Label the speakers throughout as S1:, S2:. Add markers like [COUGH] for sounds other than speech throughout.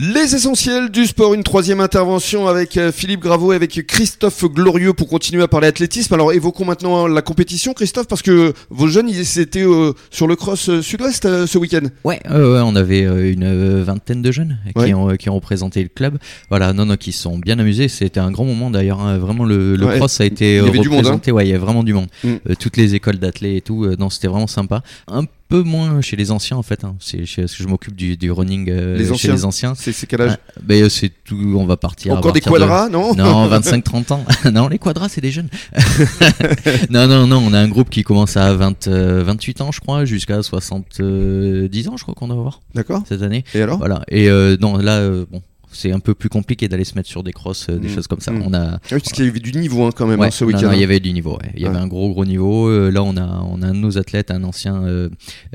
S1: Les essentiels du sport, une troisième intervention avec euh, Philippe Graveau et avec Christophe Glorieux pour continuer à parler athlétisme. Alors évoquons maintenant hein, la compétition, Christophe, parce que vos jeunes, ils étaient euh, sur le cross euh, sud-ouest euh, ce week-end.
S2: Ouais, euh, ouais, on avait euh, une euh, vingtaine de jeunes qui,
S1: Ouais.
S2: ont, euh, qui ont représenté le club. Voilà, non, non, qui se sont bien amusés. C'était un grand moment d'ailleurs. hein. Vraiment, le, le
S1: Ouais.
S2: cross ça a
S1: Il
S2: été
S1: y
S2: euh,
S1: avait du monde, hein.
S2: représenté. Ouais, il y a vraiment du monde.
S1: Mm.
S2: Euh, toutes les écoles d'athlètes et tout. euh, non, c'était vraiment sympa. Un peu moins chez les anciens en fait. hein. C'est chez- parce que je m'occupe du, du running euh,
S1: Les
S2: chez
S1: anciens.
S2: les anciens.
S1: C'est c'est quel âge
S2: Ah, ben, euh, c'est tout. On va partir. à
S1: Encore des
S2: partir de-
S1: quadras, non
S2: [LAUGHS] non, 25-30 ans. [LAUGHS] non, les quadras, c'est des jeunes. [LAUGHS] non, non, non, on a un groupe qui commence à 20, euh, 28 ans, je crois, jusqu'à 70 ans, je crois qu'on doit avoir
S1: D'accord.
S2: cette année.
S1: Et alors
S2: Voilà. Et euh, non, là, euh, bon, c'est un peu plus compliqué d'aller se mettre sur des crosses, euh, des
S1: Mm.
S2: choses comme ça.
S1: Mm.
S2: On a.
S1: Ah oui, Parce qu'il y avait du niveau hein, quand même
S2: Ouais,
S1: hein, ce
S2: non,
S1: week-end.
S2: non, il y avait du niveau. ouais. Il y
S1: Ouais.
S2: avait un gros, gros niveau. Euh, là, on a, on a un de nos athlètes, un ancien euh,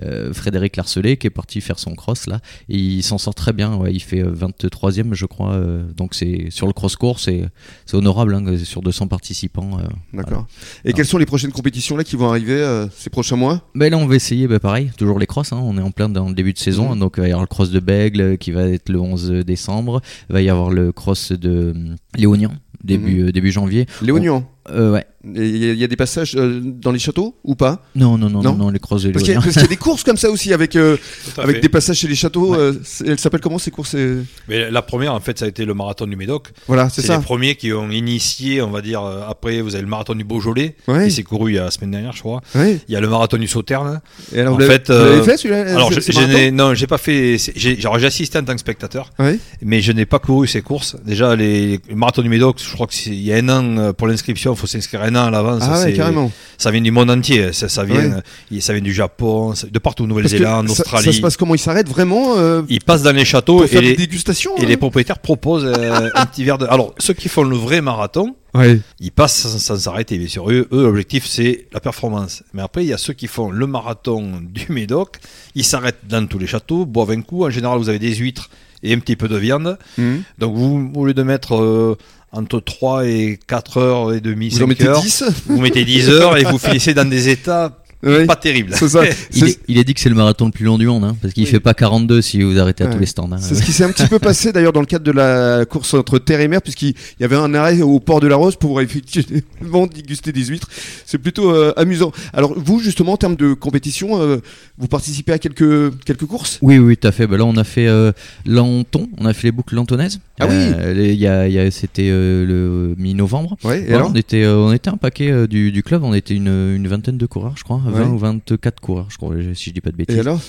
S2: euh, Frédéric Larcelet, qui est parti faire son cross là. Et il s'en sort très bien. ouais. Il fait euh, 23e, je crois. euh, donc c'est sur le cross court, c'est c'est honorable. hein, c'est sur 200 participants. euh.
S1: D'accord. Et quelles sont les prochaines compétitions là qui vont arriver euh, ces prochains mois
S2: Mais là, on va essayer, bah, pareil, toujours les crosses. hein. on est en plein dans le début de saison.
S1: Mhm.
S2: hein. donc, il va y avoir le cross de Bègle euh, qui va être le 11 décembre. Il va y avoir le cross de euh, Léognan, début,
S1: Mmh.
S2: euh, début janvier.
S1: Les oignons.
S2: Euh, ouais.
S1: Et Il y, a- il y a des passages euh, dans les châteaux ou pas
S2: Non, non, non,
S1: Non
S2: non, non, les crosses de
S1: Parce qu'il y, a- [LAUGHS]
S2: Léognan.
S1: parce qu'il y a des courses comme ça aussi avec euh,
S3: Tout à
S1: avec
S3: fait.
S1: des passages chez les châteaux. euh, c'est- elles s'appellent comment ces courses euh,
S3: Mais la première, en fait, ça a été le marathon du Médoc.
S1: Voilà, c'est
S3: C'est
S1: ça.
S3: les premiers qui ont initié, on va dire. euh, Après, vous avez le marathon du Beaujolais,
S1: Ouais,
S3: qui s'est couru il y a la semaine dernière, je crois.
S1: ouais.
S3: Il y a le marathon du Sauternes.
S1: Et alors,
S3: En
S1: vous l'avez-
S3: fait,
S1: vous l'avez
S3: euh,
S1: fait celui-là
S3: Alors,
S1: ce-
S3: je-
S1: ce
S3: je
S1: Euh, marathon
S3: n'ai- non, j'ai pas fait. c'est- j'ai- Genre, j'ai assisté en tant que spectateur,
S1: Ouais.
S3: mais je n'ai pas couru ces courses. Déjà, les, le marathon du Médoc, je crois qu'il y a un an euh, pour l'inscription, il faut s'inscrire un an à l'avance.
S1: Ah ouais,
S3: c'est-
S1: carrément.
S3: ça vient du monde entier. Ça, ça vient,
S1: Ouais.
S3: euh, il- ça vient du Japon, ça- de partout,
S1: Parce que
S3: Nouvelle-Zélande,
S1: ça-
S3: Australie.
S1: Ça, se passe comment Ils s'arrêtent vraiment euh,
S3: Ils passent dans les châteaux
S1: pour
S3: et
S1: faire
S3: les,
S1: des dégustations
S3: et
S1: hein
S3: les propriétaires proposent euh, un petit verre de. Alors, ceux qui font le vrai marathon,
S1: Ouais.
S3: ils passent sans- sans s'arrêter, bien sûr. Eux, eux, l'objectif, c'est la performance. Mais après, il y a ceux qui font le marathon du Médoc. Ils s'arrêtent dans tous les châteaux, boivent un coup. En général, vous avez des huîtres et un petit peu de viande.
S1: Mhm.
S3: Donc, vous, au lieu de mettre euh, entre 3 et 4 heures et demie,
S1: Vous en
S3: 5
S1: mettez
S3: heures,
S1: 10
S3: vous mettez 10 heures
S1: [LAUGHS]
S3: et vous finissez dans des états
S1: Ouais, [LAUGHS]
S3: pas terribles.
S1: C'est ça.
S3: [LAUGHS]
S2: Il,
S1: C'est-
S2: est- il est dit que c'est le marathon le plus long du monde, hein, parce qu'il
S1: Oui.
S2: fait pas 42 si vous arrêtez à
S1: Ouais.
S2: tous les stands. hein.
S1: C'est ce qui s'est un petit peu passé d'ailleurs dans le cadre de la course entre terre et mer, puisqu'il y avait un arrêt au port de la Rose pour effectivement [LAUGHS] déguster des huîtres. C'est plutôt euh, amusant. Alors vous, justement, en termes de compétition, euh, vous participez à quelques, quelques courses
S2: [LAUGHS] Oui, oui, tout à fait. Bah, là, on a fait euh, Lanton, on a fait les boucles lantonnaises.
S1: Ah oui.
S2: Euh, les- il y a- il y a- C'était euh, le mi-novembre.
S1: Ouais, et
S2: Voilà,
S1: alors
S2: on, était, euh, on était un paquet euh, du, du club, on était une, une vingtaine de coureurs, je crois, 20
S1: Ouais.
S2: ou 24 coureurs, je crois, si je dis pas de
S1: Et
S2: bêtises.
S1: alors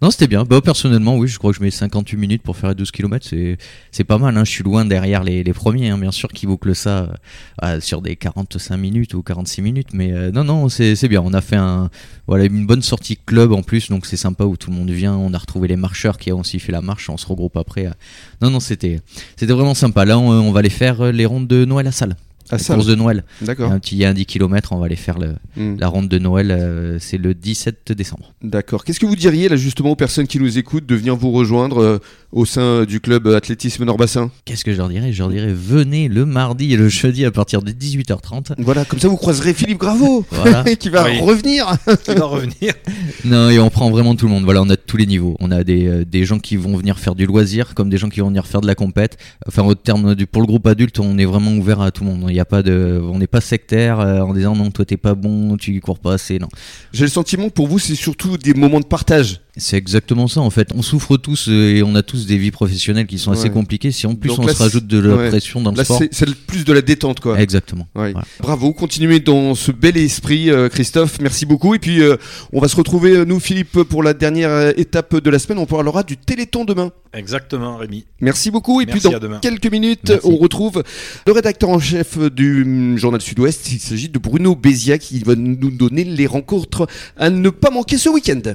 S2: Non, c'était bien. Bah, personnellement, oui, je crois que je mets 58 minutes pour faire les 12 km, c'est c'est pas mal. Hein. Je suis loin derrière les, les premiers, hein, bien sûr, qui bouclent ça euh, ah, sur des 45 minutes ou 46 minutes. Mais euh, non, non, c'est c'est bien. On a fait un, voilà, une bonne sortie club en plus, donc c'est sympa où tout le monde vient. On a retrouvé les marcheurs qui ont aussi fait la marche, on se regroupe après. euh. Non, non, c'était c'était vraiment sympa. Là, on, on va aller faire euh, les rondes de Noël à salle.
S1: Ah
S2: les
S1: ça,
S2: courses de Noël. Il y a
S1: d'accord.
S2: un petit il y a un 10 km, on va aller faire le-
S1: Hmm.
S2: la ronde de Noël. euh, c'est le 17 décembre.
S1: D'accord. Qu'est-ce que vous diriez là justement aux personnes qui nous écoutent de venir vous rejoindre euh, au sein du club euh, athlétisme Nord-Bassin
S2: Qu'est-ce que je leur dirais Je leur dirais venez le mardi et le jeudi à partir de 18h30.
S1: Voilà, comme ça vous croiserez Philippe [LAUGHS] Graveau
S2: Voilà.
S1: qui va
S3: Oui.
S1: revenir.
S3: Qui va revenir
S2: [LAUGHS] non, et on prend vraiment tout le monde. Voilà, on a tous les niveaux. On a des, euh, des gens qui vont venir faire du loisir, comme des gens qui vont venir faire de la compète. Enfin, au terme du pour le groupe adulte, on est vraiment ouvert à tout le monde. Il y a pas de, on n'est pas sectaire euh, en disant non, toi t'es pas bon, tu cours pas assez. Non,
S1: [LAUGHS] J'ai le sentiment que pour vous c'est surtout des moments de partage.
S2: c'est exactement ça en fait. On souffre tous euh, et on a tous des vies professionnelles qui sont assez
S1: Ouais.
S2: compliquées. Si en plus
S1: Donc
S2: on
S1: là,
S2: se rajoute de la
S1: ouais.
S2: pression dans le
S1: Là
S2: sport,
S1: c'est c'est le plus de la détente quoi.
S2: exactement.
S1: Ouais.
S2: Voilà.
S1: Bravo, continuez dans ce bel esprit, euh, Christophe. Merci beaucoup. Et puis, euh, on va se retrouver, euh, nous, Philippe, pour la dernière euh, étape de la semaine. On parlera du Téléthon demain.
S3: Exactement, Rémi.
S1: Merci beaucoup. Et
S3: Merci,
S1: puis,
S3: à
S1: dans
S3: demain.
S1: quelques minutes,
S2: Merci.
S1: on retrouve le rédacteur en chef du hum, Journal Sud-Ouest. Il s'agit de Bruno Béziat qui va nous donner les rencontres à ne pas manquer ce week-end.